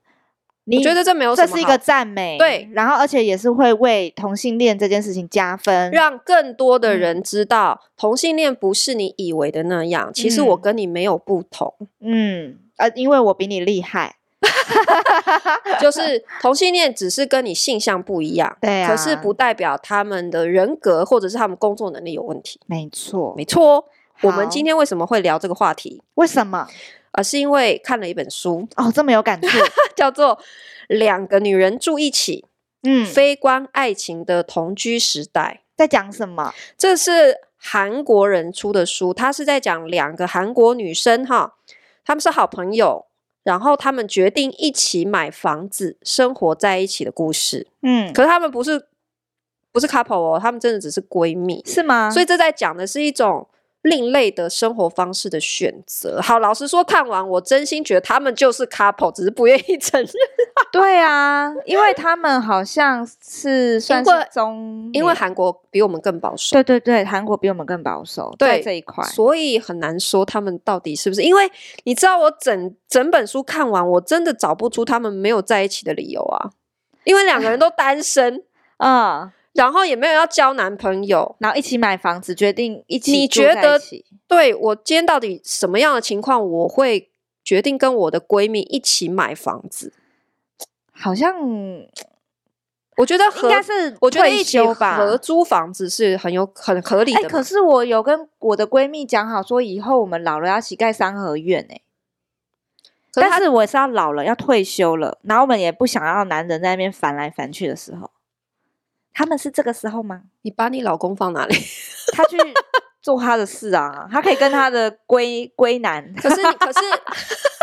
S2: 你
S1: 我觉得这没有什
S2: 这
S1: 么好，
S2: 是一个赞美，
S1: 对，
S2: 然后而且也是会为同性恋这件事情加分，
S1: 让更多的
S2: 嗯
S1: 人知道，同性恋不是你以为的那样，其实我
S2: 嗯
S1: 跟你没有不
S2: *laughs*
S1: 同，
S2: 嗯，呃，因为我比你厉害，
S1: 就是同性恋只是跟你性向不一样，
S2: 对啊，
S1: 可是不代表他们的人格或者是他们工作能力有问题。
S2: 没错，
S1: 没错哦，我们
S2: 好
S1: 今天为什么会聊这个话题？
S2: 为什么？
S1: 而是因为看了一本书， *laughs*
S2: 哦，这么有 *laughs* 感触，
S1: 叫做《两个女人住一起：
S2: 嗯，
S1: 非关爱情的同居时代》。
S2: 在讲什么？
S1: 这是韩国人出的书，他是在讲两个韩国女生哈，她们是好朋友，然后她们决定一起买房子，生活在一起的故事。
S2: 嗯，
S1: 可是她们不是不是 couple 哦，她们真的只是闺蜜，
S2: 是吗？
S1: 所
S2: 以
S1: 以这在讲的是一种。另类的生活方式的选择。好，老实说，看完我真心觉得他们就是 couple，只是不愿意承认，
S2: 对啊，因为他们好像是算是
S1: 因为
S2: 中年，
S1: 因为韩国比我们更保守。
S2: 对对对，韩国比我们更保守，在
S1: 对
S2: 这一块，
S1: 所以很难说他们到底是不是。因为你知道，我整整本书看完，我真的找不出他们没有在一起的理由啊。因为两个人都单 *laughs* 身，
S2: 嗯，
S1: 然后也没有要交男朋友。
S2: 然后一起买房子，决定一起
S1: 你
S2: 住
S1: 觉
S2: 在
S1: 得
S2: 一起
S1: 对我今天到底什么样的情况，我会决定跟我的闺蜜一起买房子？
S2: 好像应
S1: 我觉得合，
S2: 该是
S1: 我觉得
S2: 退
S1: 一起
S2: 休吧。
S1: 合租房子是很有很合理
S2: 哎、
S1: 的嘛。
S2: 可是我有跟我的闺蜜讲好，说以后我们老了要一起盖三合院哎、
S1: 可是
S2: 但
S1: 他
S2: 是我也是要老了，要退休了，然后我们也不想要男人在那边烦来烦去的时候。他们是这个时候吗？
S1: 你把你老公放哪里？
S2: 他
S1: *laughs*
S2: 去做他的事啊，他可以跟他的闺闺男
S1: 可
S2: *laughs*
S1: 是你，可是， *laughs*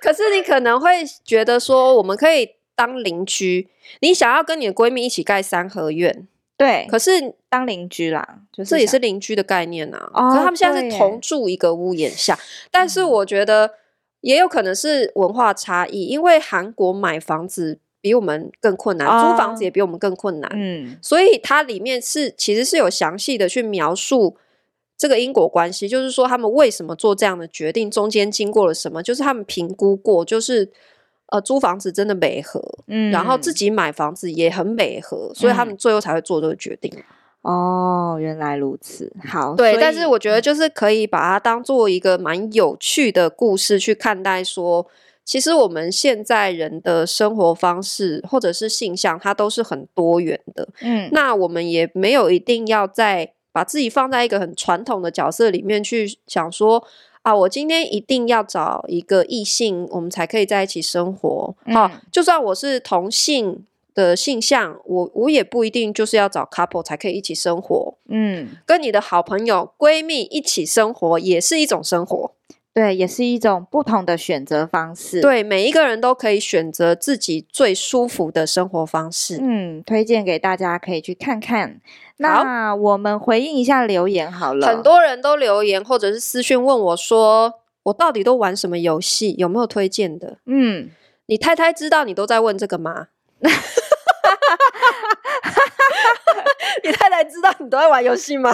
S1: 可是你可能会觉得说，我们可以当邻居，你想要跟你的闺蜜一起盖三合院，
S2: 对，
S1: 可是
S2: 当邻居啦，就是
S1: 这也
S2: 想
S1: 是邻居的概念啊。
S2: 哦
S1: 可是他们现在
S2: 对
S1: 是
S2: 耶嗯
S1: 同住一个屋檐下，但是我觉得也有可能是文化差异，因为韩国买房子比我们更困难，租房子
S2: 哦
S1: 也比我们更困难。
S2: 嗯
S1: 所以它里面是其实是有详细的去描述这个因果关系，就是说他们为什么做这样的决定，中间经过了什么，就是他们评估过，就是呃租房子真的美合，
S2: 嗯
S1: 然后自己买房子也很美合，所以他们最后才会做这个决定。
S2: 哦，原来如此，好，
S1: 对，
S2: 所
S1: 但
S2: 以
S1: 是我觉得就是可以把它当做一个蛮有趣的故事去看待说。其实我们现在人的生活方式或者是性向，它都是很多元的。
S2: 嗯
S1: 那我们也没有一定要在把自己放在一个很传统的角色里面去想说啊，我今天一定要找一个异性，我们才可以在一起生活。哦、
S2: 嗯
S1: 就算我是同性的性向，我我也不一定就是要找 couple 才可以一起生活。
S2: 嗯，
S1: 跟你的好朋友、闺蜜一起生活也是一种生活。
S2: 对，也是一种不同的选择方式。，
S1: 对，每一个人都可以选择自己最舒服的生活方式。
S2: 嗯，推荐给大家可以去看看。那我们回应一下留言好了，
S1: 很多人都留言或者是私讯问我说，我到底都玩什么游戏？有没有推荐的？
S2: 嗯，
S1: 你太太知道你都在问这个吗？你太太知道你都在玩游戏吗？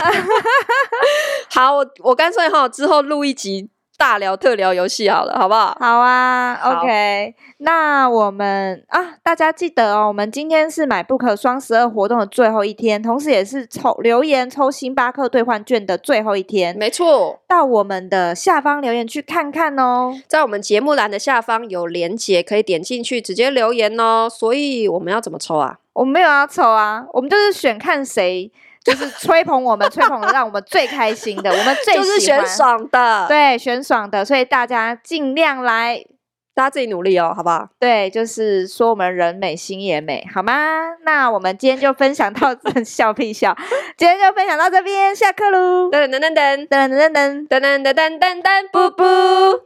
S1: *laughs* 好，我我干脆哈之后录一集大聊特聊游戏好了，好不好？
S2: 好啊
S1: 好
S2: o k 那我们啊，大家记得哦，我们今天是买 Book 双十二活动的最后一天，同时也是抽留言抽星巴克兑换券的最后一天。
S1: 没错，
S2: 到我们的下方留言去看看哦。
S1: 在我们节目栏的下方有连结，可以点进去直接留言哦。所以我们要怎么抽啊？
S2: 我们没有要抽啊，我们就是选看谁就是吹捧我们，吹捧得让我们最开心的，我们最
S1: 就是
S2: 喜欢
S1: 选爽的，，
S2: 对，选爽的，所以大家尽量来。
S1: 大家自己努力哦，好不好？
S2: 对，就是说我们人美心也美，好吗？那我们今天就分享到 *laughs* 这笑屁笑，今天就分享到这边，下课喽。
S1: 噔噔噔噔
S2: 噔
S1: 噔噔
S2: 噔噔噔。
S1: 噔噔噔噔噔，
S2: 不
S1: 不不。